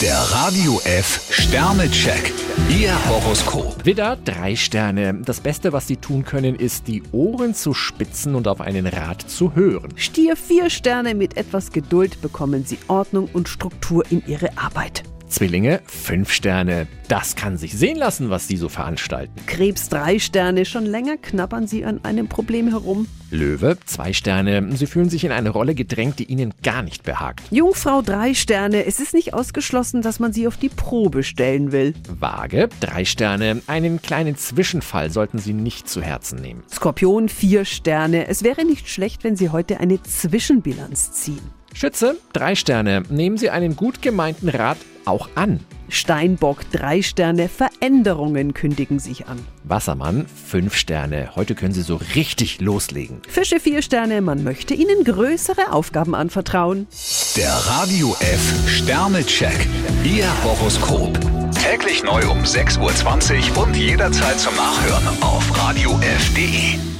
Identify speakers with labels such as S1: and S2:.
S1: Der Radio F Sternecheck. Ihr Horoskop.
S2: Widder, drei Sterne. Das Beste, was Sie tun können, ist, die Ohren zu spitzen und auf einen Rat zu hören.
S3: Stier vier Sterne mit etwas Geduld bekommen Sie Ordnung und Struktur in Ihre Arbeit.
S2: Zwillinge, fünf Sterne. Das kann sich sehen lassen, was Sie so veranstalten.
S3: Krebs drei Sterne, schon länger knabbern Sie an einem Problem herum.
S2: Löwe, zwei Sterne. Sie fühlen sich in eine Rolle gedrängt, die Ihnen gar nicht behagt.
S3: Jungfrau drei Sterne, es ist nicht ausgeschlossen, dass man Sie auf die Probe stellen will.
S2: Waage, drei Sterne. Einen kleinen Zwischenfall sollten Sie nicht zu Herzen nehmen.
S3: Skorpion vier Sterne, es wäre nicht schlecht, wenn Sie heute eine Zwischenbilanz ziehen.
S2: Schütze, drei Sterne. Nehmen Sie einen gut gemeinten Rat auch an.
S3: Steinbock drei Sterne, Veränderungen kündigen sich an.
S2: Wassermann, fünf Sterne. Heute können Sie so richtig loslegen.
S3: Fische vier Sterne, man möchte Ihnen größere Aufgaben anvertrauen.
S1: Der Radio F Sternecheck. Ihr Horoskop. Täglich neu um 6.20 Uhr und jederzeit zum Nachhören auf Radio radiof.de.